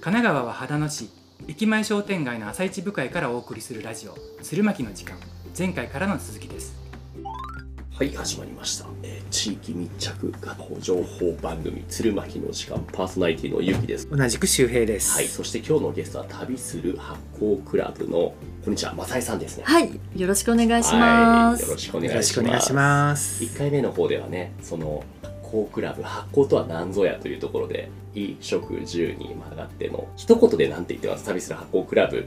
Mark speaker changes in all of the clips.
Speaker 1: 神奈川は秦野市駅前商店街の朝市部会からお送りするラジオ鶴巻の時間前回からの続きです
Speaker 2: はい、始まりました。えー地域密着学校情報番組、鶴巻の時間、パーソナリティのゆうきです。
Speaker 3: 同じく周平です。
Speaker 2: はい、そして今日のゲストは旅する発行クラブの、こんにちは、まさえさんですね。
Speaker 4: はい、よろしくお願いし
Speaker 2: は
Speaker 4: ま
Speaker 2: いよ
Speaker 4: す
Speaker 2: ろ。しくお願い
Speaker 3: よ
Speaker 2: し
Speaker 3: ろし
Speaker 2: ます。
Speaker 3: くお願いします。
Speaker 2: 1回目の方ではね、その、発行クラブ、発行とは何ぞやというところで、衣食住に曲がっての、一言でなんて言ってます、旅する発行クラブ。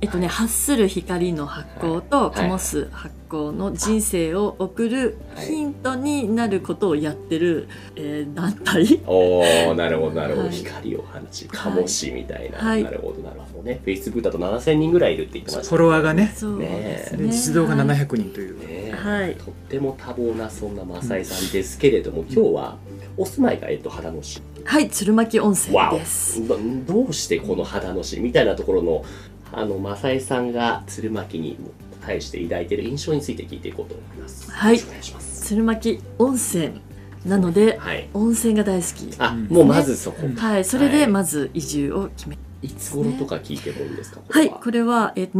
Speaker 4: えっとね、発する光の発光と
Speaker 2: はい
Speaker 4: 醸す発光の人生を送る
Speaker 2: はい
Speaker 4: ヒントになることをやってる、えー団体。
Speaker 2: おー、なるほど、なるほど。
Speaker 4: はい
Speaker 2: 光を放ち、かもしみたいな。
Speaker 4: はい
Speaker 2: なるほど、なるほどね。Facebook だと7000人ぐらいいるって言ってましたね
Speaker 3: フォロワーがね、
Speaker 4: そうです
Speaker 3: で
Speaker 4: ね。
Speaker 3: 実動が
Speaker 4: はい
Speaker 3: 700人という。
Speaker 2: ねえ
Speaker 4: はい
Speaker 2: とっても多忙なそんなマサイさんですけれども、今日はお住まいがえっと秦野市
Speaker 4: はい、鶴巻温泉
Speaker 2: わお
Speaker 4: です。
Speaker 2: どどうしてこの秦野市みたいなところのあのマサイさんが鶴巻に対して抱いている印象について聞いていこうと思います。
Speaker 4: はい
Speaker 2: よろしくお願いします。
Speaker 4: 鶴巻温泉なので、
Speaker 2: はい。
Speaker 4: 温泉が大好き。
Speaker 2: あ、
Speaker 3: うん
Speaker 2: もうまずそこか、
Speaker 3: うん
Speaker 4: はい、それ
Speaker 2: はい
Speaker 4: でまず移住を決め。
Speaker 2: いつ頃とか聞いてもいいんですか。こ
Speaker 4: は
Speaker 2: れ
Speaker 4: い、
Speaker 2: は
Speaker 4: これは、えっと、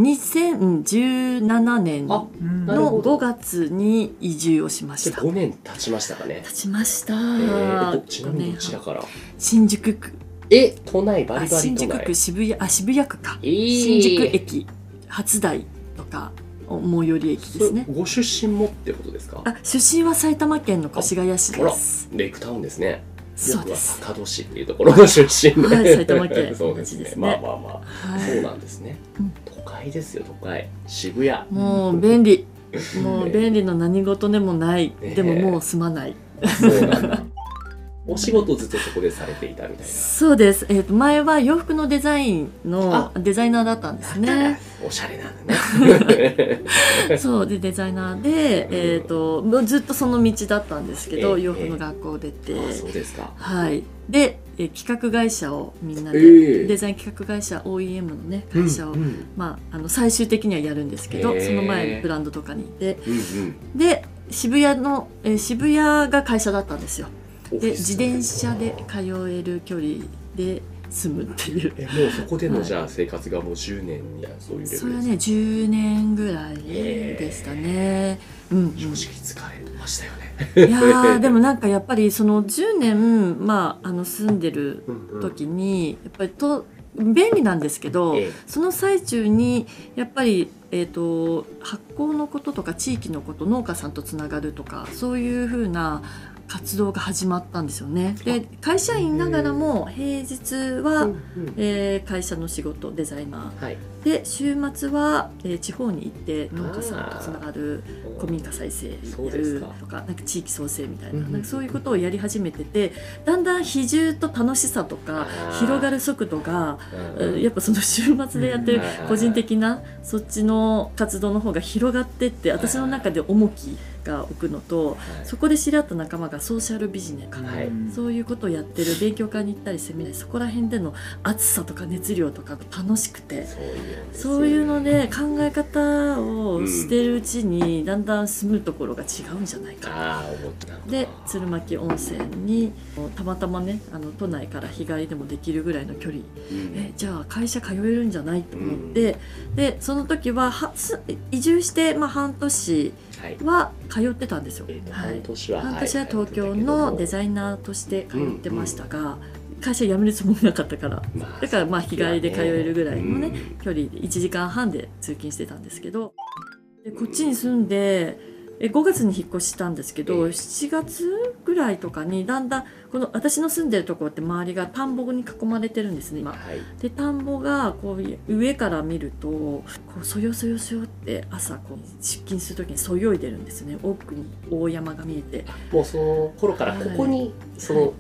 Speaker 4: 2017年
Speaker 2: あ
Speaker 4: の
Speaker 3: うん
Speaker 2: なるほど
Speaker 4: 5月に移住をしま
Speaker 2: じ
Speaker 4: し
Speaker 2: ゃ
Speaker 4: た
Speaker 2: あ。五年経ちましたかね。
Speaker 4: 立ちました。
Speaker 2: えー、どちなみにどちら
Speaker 4: ごめん
Speaker 2: から。
Speaker 4: 新宿区、
Speaker 2: え、都内バ
Speaker 4: あ
Speaker 2: リバリ
Speaker 4: 新
Speaker 2: 都
Speaker 4: 宿区
Speaker 2: 内。
Speaker 4: 渋谷あ渋谷区か、
Speaker 2: えー
Speaker 4: 新宿駅初台とか最寄り駅ですね
Speaker 2: そ。れご出身もってことですか。
Speaker 4: あ出身は埼玉県の越谷市です。
Speaker 2: レイクタウンですね。
Speaker 4: そうです。
Speaker 2: 僕は坂戸市っていうところの出身で、
Speaker 4: はい埼玉 県
Speaker 2: そうですね
Speaker 4: 同じですね
Speaker 2: まあまあまあ、
Speaker 4: は
Speaker 2: そう
Speaker 4: い。
Speaker 2: なんですね、
Speaker 4: うん
Speaker 2: 都会ですよ都会渋谷
Speaker 4: もう便 利。も
Speaker 2: ね
Speaker 4: う便利の何事でもない。
Speaker 2: ね
Speaker 4: でももう住まない。
Speaker 2: そうなん だお仕事ずっとそこでされていたみたい
Speaker 4: そうです。えっ、と前は洋服のデザインのデザイナーだったん です
Speaker 2: な、
Speaker 4: ね。
Speaker 2: おしゃれなんだ ね
Speaker 4: そうでデザイナーで、えっ、ともうずっとその道だったんですけど、
Speaker 2: ええ
Speaker 4: 洋服の学校を出て、
Speaker 2: あそうですか
Speaker 4: はい。で、えー企画会社をみんなで、
Speaker 2: ええ
Speaker 4: デザイン企画会社 OEM のね会社を、
Speaker 2: うんうん
Speaker 4: まああの最終的にはやるんですけど、
Speaker 2: ええ
Speaker 4: その前にブランドとかにいて
Speaker 2: うんうん
Speaker 4: で渋谷の、えー渋谷が会社だったんですよ。
Speaker 2: オフ
Speaker 4: で
Speaker 2: ィス
Speaker 4: 自転車で通える距離で住むって いう。
Speaker 2: えもうそこでの
Speaker 4: はい
Speaker 2: じゃあ生活がもう10年やそういうレベルです
Speaker 4: それはね10年ぐらいでしたね。うんうん、
Speaker 2: 正直疲れましたよね
Speaker 4: いやーでもなんかやっぱりその10年、まあ、あの住んでる
Speaker 2: うんうん
Speaker 4: 時にやっぱりと便利なんですけど、
Speaker 2: ええ
Speaker 4: その最中にやっぱり、えー、と発酵のこととか地域のこと農家さんとつながるとかそういうふうな活動が始まったんですよね。で会社員ながらも平日
Speaker 2: う
Speaker 4: は
Speaker 2: ん、うん
Speaker 4: えー会社の仕事デザイナ
Speaker 2: はい
Speaker 4: ーで週末は、えー地方に行って農家さんとつながる古民家再生
Speaker 2: そう
Speaker 4: や
Speaker 2: です
Speaker 4: る
Speaker 2: か
Speaker 4: とかなんか地域創生みたい
Speaker 2: うん
Speaker 4: な,、
Speaker 2: うん
Speaker 4: なんかそういうことをやり始めててだんだん比重と楽しさとか
Speaker 2: あー
Speaker 4: 広がる速度が、
Speaker 2: うん
Speaker 4: えーやっぱその週末でやってる
Speaker 2: うん
Speaker 4: 個人的なそっちの活動の方が広がってって私の中で重きが置くのと
Speaker 2: はい
Speaker 4: そこで知り合った仲間がソーシャルビジネスか
Speaker 2: はい
Speaker 3: うん
Speaker 4: そういうことをやってる勉強会に行ったりセミナーそこら辺での熱さとか熱量とか楽しくて
Speaker 2: そういうのですよね
Speaker 4: そういうので考え方をしてるうちにだんだん住むところが違うんじゃないか。
Speaker 2: ああ思ったの
Speaker 4: で鶴巻温泉にたまたまねあの都内から日帰りでもできるぐらいの距離
Speaker 2: うん
Speaker 4: えじゃあ会社通えるんじゃないと思って、でその時ははす移住して、まあ、半年
Speaker 2: はい
Speaker 4: は通ってたんですよ。
Speaker 2: えーと
Speaker 4: は
Speaker 2: 半
Speaker 4: い
Speaker 2: 年は
Speaker 4: 半年は東京のデ
Speaker 2: イ
Speaker 4: ザイナーとして通ってましたが、会社辞めるつもりなかったから
Speaker 2: ン、まあ
Speaker 4: だからまあ日帰りで通えるぐらいのね
Speaker 2: うん
Speaker 4: 距離で1時間半で通勤してたんですけどでこっちに住んでえ5月に引っ越したんですけど
Speaker 2: ええ
Speaker 4: 7月ぐらいとかにだんだんこの私の住んでるところって周りが田んぼに囲まれてるんですね今。
Speaker 2: はい
Speaker 4: で田んぼがこう上から見るとこうそよそよそよって朝こう出勤する時にそよいでるんですね奥に大山が見えて
Speaker 2: もうその頃からここにその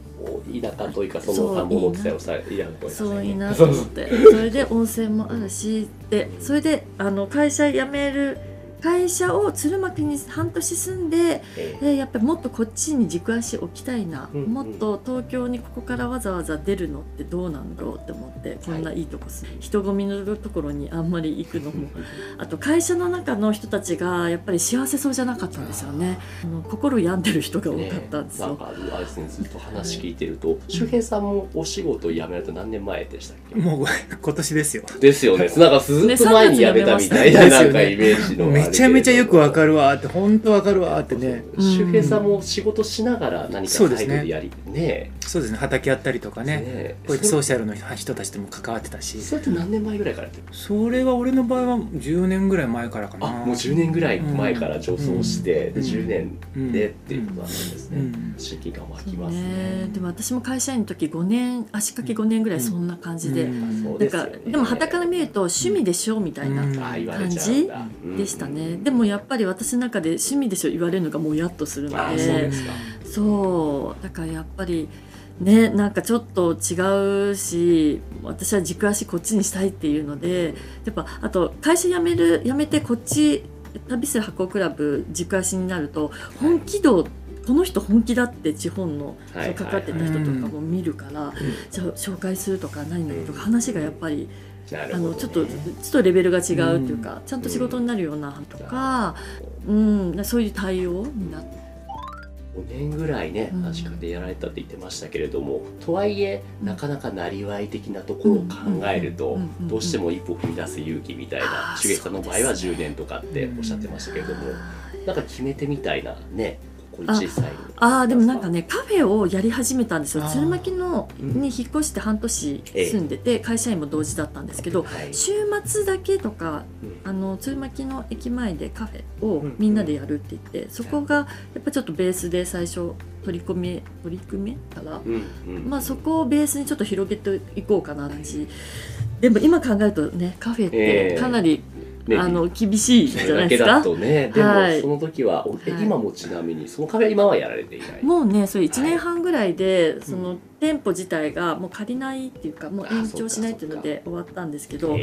Speaker 2: 田舎というかその
Speaker 4: そう
Speaker 2: 田んぼの伝えをされ田舎の声
Speaker 4: そういい
Speaker 2: な
Speaker 4: なと思ってそれで温泉もあるしでそれであの会社辞める会社を鶴巻に半年住んで
Speaker 2: ええ
Speaker 4: でやっぱりもっとこっちに軸足置きたいな、
Speaker 2: うんうん
Speaker 4: もっと東京にここからわざわざ出るのってどうなんだろうって思ってこんないいとこ住む、人混みのところにあんまり行くのもあと会社の中の人たちがやっぱり幸せそうじゃなかったんですよねあの心病んでる人が多かったんです
Speaker 2: な
Speaker 4: よ、
Speaker 2: んかあれですねずっと話聞いてると、周平さんもお仕事辞められた何年前でしたっけ
Speaker 3: もう今年ですよ。
Speaker 2: ですよねなんかずっと前に辞めたみたいな
Speaker 3: ね三
Speaker 2: なん
Speaker 3: 月
Speaker 2: か
Speaker 3: に辞
Speaker 2: イメージの
Speaker 3: めちゃめちゃよくわか
Speaker 2: る
Speaker 3: るわーって、本当わかるわーってね。
Speaker 2: 周平さんも仕事しながら何か
Speaker 3: そう
Speaker 2: サ
Speaker 3: で
Speaker 2: イ
Speaker 3: す
Speaker 2: ド
Speaker 3: ね
Speaker 2: でやりね
Speaker 3: そうですね、畑やったりとかね。
Speaker 2: ね
Speaker 3: こうやってソーシャルの人たちとも関わってたし、
Speaker 2: それって何年前ぐらいからやってる
Speaker 3: それは俺の場合は10年ぐらい前からかな。
Speaker 2: あもう10年ぐらい前から上層して、
Speaker 3: ん
Speaker 2: で10年
Speaker 3: うん
Speaker 2: でっていうことなんですね、
Speaker 3: うん
Speaker 2: 親近感湧
Speaker 4: そ
Speaker 2: き
Speaker 4: う
Speaker 2: ます
Speaker 4: ね
Speaker 2: ね
Speaker 4: でも私も会社員の時5年足掛け5年ぐらいそんな感じで、
Speaker 3: うん
Speaker 2: そう
Speaker 4: なん
Speaker 2: ですよ
Speaker 4: か
Speaker 2: ね
Speaker 4: でも傍から見ると趣味でしょみたいな、
Speaker 3: うん
Speaker 2: ああ言われちゃうんだ
Speaker 3: 感
Speaker 2: うん
Speaker 4: でしたね、でもやっぱり私の中で趣味でしょ言われるのがもうやっとするの
Speaker 2: ああそう
Speaker 4: で
Speaker 2: ですか、
Speaker 4: そうだからやっぱりねなんかちょっと違うし私は軸足こっちにしたいっていうのでやっぱあと会社辞める辞めてこっち旅する発行クラブ軸足になると本気度、この人本気だって地方の
Speaker 2: はい
Speaker 4: かかってた人とかも見るから、じゃあ紹介するとか何々とか話がやっぱり
Speaker 2: なる
Speaker 4: あ
Speaker 2: ほど、
Speaker 4: の
Speaker 2: ね、
Speaker 4: ちょっとちょっとレベルが違うっていうか、ちゃんと仕事になるようなとか、うん、そういう対応になって
Speaker 2: 5年ぐらいね
Speaker 4: うん
Speaker 2: 確かでやられたって言ってましたけれども、とはいえなかなかなりわい的なところを考えると、
Speaker 4: うんうんうんうん
Speaker 2: どうしても一歩踏み出す勇気みたいな
Speaker 4: あー
Speaker 2: 茂さんの場合は
Speaker 4: そうですね
Speaker 2: 10年とかっておっしゃってましたけれども、なんか決めてみたいなねここ小さいの
Speaker 4: ああでもなんかねカフェをやり始めたんですよ
Speaker 3: あー
Speaker 4: 鶴巻の
Speaker 2: うん
Speaker 4: に引っ越して半年住んでて、会社員も同時だったんですけど
Speaker 2: はい
Speaker 4: 週末だけとか
Speaker 2: うん
Speaker 4: あの鶴巻の駅前でカフェを
Speaker 2: うん
Speaker 4: みんなでやるって言って、そこがやっぱちょっとベースで最初取り込み取り組めから
Speaker 2: うんうん
Speaker 4: まあ、そこをベースにちょっと広げていこうかなってでも今考えるとねカフェっ
Speaker 2: え
Speaker 4: て
Speaker 2: え
Speaker 4: かなり、
Speaker 2: ね
Speaker 4: あの厳しいじ
Speaker 2: それ
Speaker 4: ゃな
Speaker 2: だ
Speaker 4: いで
Speaker 2: け
Speaker 4: す
Speaker 2: だ
Speaker 4: か。
Speaker 2: とねでも
Speaker 4: はい
Speaker 2: その時は、おえ
Speaker 4: はい
Speaker 2: 今もちなみにそのカフェは今はやられていない
Speaker 4: もうねそれ1
Speaker 2: はい
Speaker 4: 年半ぐらいで、その店舗自体がもう借りないっていうかもう延長しないっていうので終わったんですけど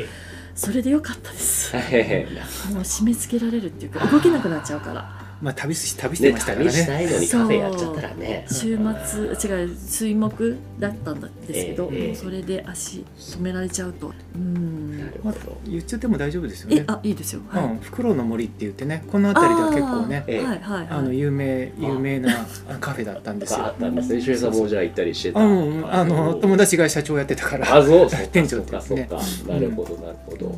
Speaker 4: そ
Speaker 2: え
Speaker 4: れでよかったです
Speaker 2: えへへへ
Speaker 4: もう締め付けられるっていうか動けなくなっちゃうから
Speaker 3: まあ旅し旅して
Speaker 2: ね、
Speaker 3: ましたから
Speaker 2: 旅した
Speaker 3: ね。
Speaker 2: いのにカフェやっちゃったらね
Speaker 4: 週末違う水木だったんですけど、
Speaker 2: ええ
Speaker 4: もうそれで足止められちゃうとうん
Speaker 2: なる
Speaker 3: ま
Speaker 2: ほ
Speaker 3: あ
Speaker 2: ど、
Speaker 3: 言っちゃっても大丈夫ですよ
Speaker 4: え
Speaker 3: ね。
Speaker 4: あいいですよ
Speaker 3: う
Speaker 4: はい、
Speaker 3: ん、フクロウの森って言ってね、この辺りでは結構ね
Speaker 4: あ、ーはいはいはい
Speaker 3: あの有名有名なあカフェだったんです
Speaker 2: があ
Speaker 3: よ
Speaker 2: っ。たんですね。周平さんもじゃあ行ったりしてた。
Speaker 3: あうん、あの友
Speaker 2: 達。
Speaker 3: 達が社長やってたから。
Speaker 2: あ、そう。
Speaker 3: 店長
Speaker 2: そ
Speaker 3: っ
Speaker 2: う
Speaker 3: て
Speaker 2: か、
Speaker 3: や
Speaker 2: そ
Speaker 3: つ
Speaker 2: う
Speaker 3: ね
Speaker 2: か。なるほど、なるほど。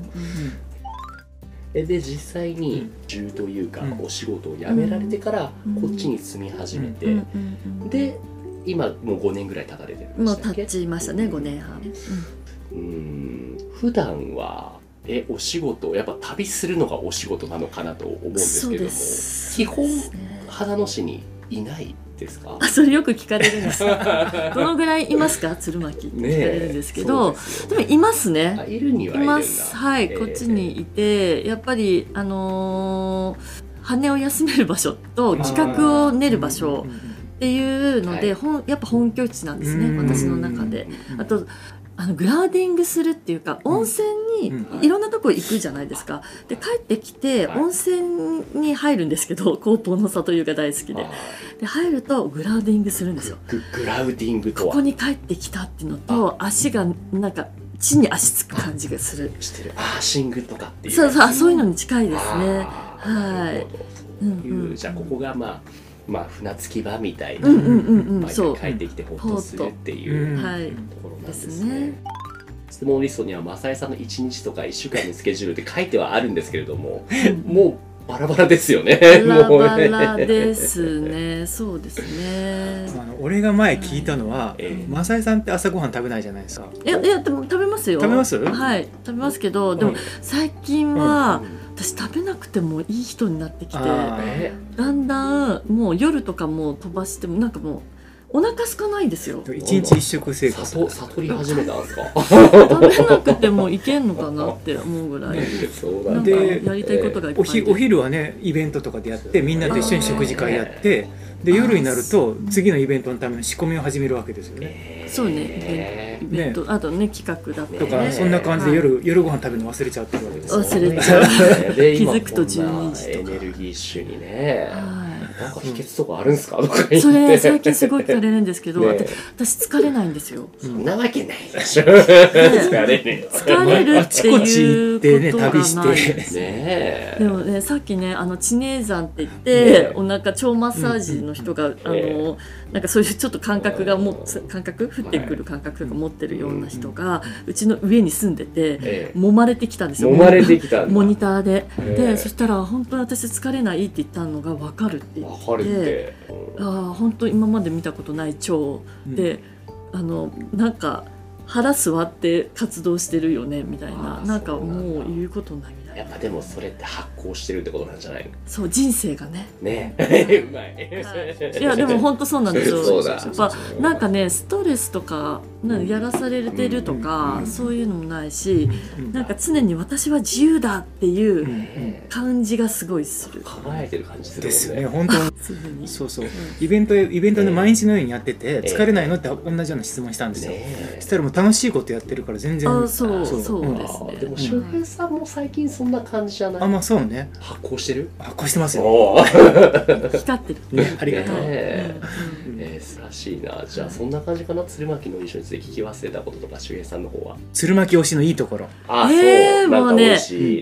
Speaker 2: え、で、実際に住というか
Speaker 3: う、ん
Speaker 2: お仕事を辞められてから
Speaker 4: うん、
Speaker 2: こっちに住み始め
Speaker 4: うんう
Speaker 2: て。
Speaker 4: んうん
Speaker 2: で、今もう5年ぐらい経たれてるんで
Speaker 4: も
Speaker 2: し
Speaker 4: う
Speaker 2: たっけ
Speaker 4: 経ちましたね5年半、
Speaker 2: うん。普段は、え、お仕事、やっぱ旅するのがお仕事なのかなと思うんです
Speaker 4: そう
Speaker 2: けど
Speaker 4: で
Speaker 2: も。
Speaker 4: す
Speaker 2: 基本
Speaker 4: そうですね
Speaker 2: 秦野市にいないです か
Speaker 4: あ。それよく聞かれるんです どのぐらいいますか鶴巻って聞かれるんですけ
Speaker 2: そう
Speaker 4: ど、で
Speaker 2: です
Speaker 4: も
Speaker 2: よ
Speaker 4: いますね
Speaker 2: あいるにはいいるんだ。
Speaker 4: ますはい、
Speaker 2: ええ
Speaker 4: こっちにいてやっぱりあのー羽を休める場所と企画を練る場
Speaker 3: う
Speaker 4: 所
Speaker 3: ん
Speaker 4: っていうの
Speaker 2: は
Speaker 4: で、
Speaker 2: い
Speaker 4: ほんやっぱ本拠地なんです
Speaker 3: う
Speaker 4: ね
Speaker 3: ん
Speaker 4: 私の中で
Speaker 3: うん
Speaker 4: あとあのグラウディングするっていうか温泉
Speaker 3: う
Speaker 4: に
Speaker 2: ん
Speaker 4: いろんなとこ行くじゃないですか。で帰ってきて
Speaker 2: はい
Speaker 4: 温泉に入るんですけど高校の里湯が大好きで
Speaker 2: あー
Speaker 4: で入るとグラウディングするんですよ。
Speaker 2: ググラウディングと
Speaker 4: こ
Speaker 2: は
Speaker 4: こに帰ってきたっていうのと足がなんか地に足つく感じがする。
Speaker 2: してるアーシングとかっていう
Speaker 4: そうそうあそういうの
Speaker 2: で
Speaker 4: に近いですね。はい
Speaker 2: そういう、
Speaker 4: うんうん
Speaker 2: じゃあここがまあまあ船着き場みたいな、
Speaker 4: うんうんうんうん
Speaker 2: 毎
Speaker 4: そう
Speaker 2: 回帰ってきてほっとするってい
Speaker 3: う
Speaker 2: う
Speaker 3: ん
Speaker 4: はい
Speaker 2: ところなんです
Speaker 4: です
Speaker 2: ね
Speaker 4: ね。
Speaker 2: 質問リストには正江さんの1日とか1週間のスケジュールって書いてはあるんですけれども
Speaker 4: うん
Speaker 2: もうバラバラですよね。
Speaker 4: バラバ
Speaker 2: も
Speaker 4: ラ
Speaker 2: うね
Speaker 4: ですね。そうですね。
Speaker 3: あの俺が前聞いたのは、
Speaker 2: ええ
Speaker 3: マサイさんって朝ごはん食べないじゃないですか。
Speaker 4: いやいやでも食べますよ。
Speaker 3: 食べます
Speaker 4: はい食べますけどでも
Speaker 2: うん
Speaker 4: 最近は
Speaker 2: うん
Speaker 4: 私食べなくてもいい人になってきて
Speaker 3: あー。
Speaker 2: え
Speaker 4: だんだんもう夜とかも飛ばしてもなんかもうお腹空かないですよ
Speaker 3: 一日一食生活
Speaker 2: 悟悟り始めたんですか
Speaker 4: 食べなくてもいけんのかなって思うぐらい。
Speaker 2: そう
Speaker 4: なんか
Speaker 3: で
Speaker 4: やりたいことがいっぱ
Speaker 3: お
Speaker 4: いで
Speaker 3: ひお昼はねイベントとかでやってみんなと一緒に食事会やってで夜になると次のイベントのための仕込みを始めるわけですよね
Speaker 2: えー
Speaker 4: そうねイベントあとね企画だった
Speaker 3: と
Speaker 4: り
Speaker 3: か
Speaker 4: ね。
Speaker 3: そんな感じで夜夜ご飯食べるの忘れちゃってるわけですよ
Speaker 4: 忘れちゃ う
Speaker 2: で今
Speaker 4: 気づくと
Speaker 2: こんな
Speaker 4: 12時とか
Speaker 2: エネルギッシュにね
Speaker 4: は
Speaker 2: なんか秘訣とかあるんですかとか言って
Speaker 4: い。それ最近すごい聞かれるんですけど、
Speaker 2: ねえ
Speaker 4: 私疲れないんですよ。
Speaker 2: そんなわけないでしょ疲れね
Speaker 4: 疲れるっていう
Speaker 3: あちこ
Speaker 4: ことが
Speaker 3: ち行っ
Speaker 4: な
Speaker 3: てね旅
Speaker 4: い。
Speaker 3: して
Speaker 2: えねえ
Speaker 4: でもねさっきねあの知名山って言って、
Speaker 2: ねえ
Speaker 4: お腹腸マッサージの人が、あの、
Speaker 2: え
Speaker 4: なんかそういうちょっと感覚がもつ感覚降ってくる感覚が持ってるような人が、うちの上に住んでて、
Speaker 2: ええ
Speaker 4: 揉まれてきたんですよ
Speaker 2: 揉まれてきたんだ
Speaker 4: モニターで、
Speaker 2: ええ
Speaker 4: でそしたら本当に私疲れないって言ったのが分かるって言って
Speaker 2: わかるってうん
Speaker 4: ああ本当今まで見たことない腸で、あのなんか腹座って活動してるよねみたい
Speaker 2: あ
Speaker 4: な
Speaker 2: あ
Speaker 4: なんか
Speaker 2: そうなんだ
Speaker 4: もう言うことないみたいな
Speaker 2: やっぱでもそれって発酵してるってことなんじゃないの
Speaker 4: そう人生がね
Speaker 2: ねえ うまい
Speaker 4: いやでも本当そうなんですよ。
Speaker 2: そうだ
Speaker 4: やっぱなんかねストレスとかなんかやらされてるとか、
Speaker 3: うん
Speaker 4: そういうのもないし、
Speaker 3: うん
Speaker 4: なんか常に私は自由だっていううん感じがすごいする。
Speaker 2: 構えてる感じす
Speaker 3: うん
Speaker 2: る
Speaker 3: ですよ
Speaker 2: もん
Speaker 3: ね本当に
Speaker 4: そういうふうに
Speaker 3: そうそうイベントイベントの毎日のようにやってて
Speaker 2: ええ
Speaker 3: 疲れないのって同じような質問したんですよ
Speaker 2: ねえ
Speaker 3: そしたらもう楽しいことやってるから全然
Speaker 4: あそう
Speaker 3: そう
Speaker 4: そうです
Speaker 2: あ
Speaker 4: ね。
Speaker 2: ーでも周平さんも最近そんな感じじゃない、
Speaker 3: あまあそうね
Speaker 2: 発酵してる
Speaker 3: 発行してますよ
Speaker 2: おー
Speaker 4: 光ってる。
Speaker 3: ねありがとう
Speaker 2: ねえ
Speaker 4: うんうん
Speaker 2: えー、素晴らしいなじゃあそんな感じかな鶴巻の印象について聞き忘れたこととか周平さんの方は
Speaker 3: 鶴巻推しのいいところ
Speaker 2: あ
Speaker 4: えーもうね
Speaker 2: ね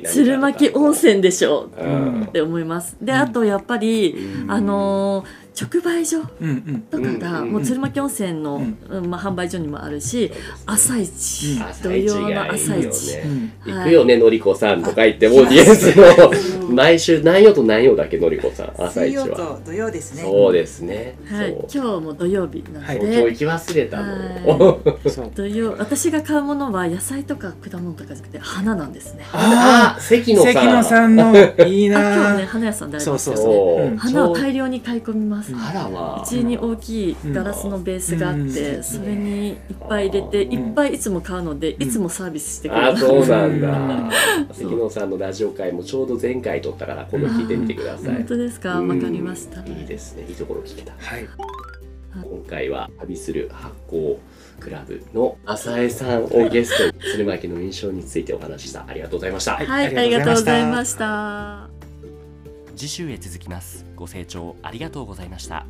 Speaker 4: 鶴巻温泉でしょ
Speaker 2: う
Speaker 3: うん
Speaker 2: ん
Speaker 4: って思います。で
Speaker 3: うん
Speaker 4: あとやっぱり、
Speaker 2: うん
Speaker 4: あのー直売所
Speaker 3: うんうん
Speaker 4: とかが、
Speaker 2: うん
Speaker 4: もう鶴巻温泉の、
Speaker 3: うん
Speaker 4: うんまあ、販売所にもあるし、朝一、
Speaker 3: うん
Speaker 4: 土曜の朝一
Speaker 2: 朝一がいいよね
Speaker 3: うん
Speaker 2: 行くよね、のりこさんとか言って、もうディエンスの、毎週何曜と何曜だっけ、のりこさん、朝
Speaker 5: 水
Speaker 2: 一
Speaker 5: 曜
Speaker 2: は。
Speaker 5: と土曜ですね。
Speaker 2: そうですね。
Speaker 4: はい、
Speaker 2: そう
Speaker 4: 今日も土曜日なの
Speaker 3: はい
Speaker 4: で、
Speaker 2: 東京行き忘れた
Speaker 4: は
Speaker 2: の。
Speaker 3: そう
Speaker 4: 土曜私が買うものは野菜とか果物とかじゃなくて花なんですね。
Speaker 2: あ、関野さん。
Speaker 3: 関野さんのいい
Speaker 4: あ今
Speaker 3: な
Speaker 4: 日ね花屋さんであり
Speaker 3: そ
Speaker 4: ま
Speaker 3: う
Speaker 4: す
Speaker 3: そう
Speaker 4: よね。
Speaker 3: そう、うん、
Speaker 4: 花を大量に買い込みま
Speaker 3: う
Speaker 4: す。うん
Speaker 2: あらま
Speaker 4: ちに大きいガラスのベースがあっ
Speaker 3: う
Speaker 4: て、
Speaker 3: ん
Speaker 4: それにいっぱい入れて、
Speaker 2: うん
Speaker 4: いっぱいいつも買うので、
Speaker 3: うん
Speaker 4: いつもサービスしてくれ
Speaker 2: あ、
Speaker 4: る。
Speaker 2: そうなん
Speaker 3: うん
Speaker 2: だ。関野さんのラジオ会もちょうど前回撮ったから、今度聞いてみてくださ
Speaker 4: 本
Speaker 2: い。
Speaker 4: 当ですか。
Speaker 2: うん
Speaker 4: わかりました。
Speaker 2: いいですね。いいところ聞けた。
Speaker 3: はい
Speaker 2: 今回は旅する発酵クラブの浅江さんをゲストに鶴巻の印象についてお話しした。ありがとうございました。
Speaker 4: はい、ありがとうございました。
Speaker 2: 次週へ続きます。ご清聴ありがとうございました。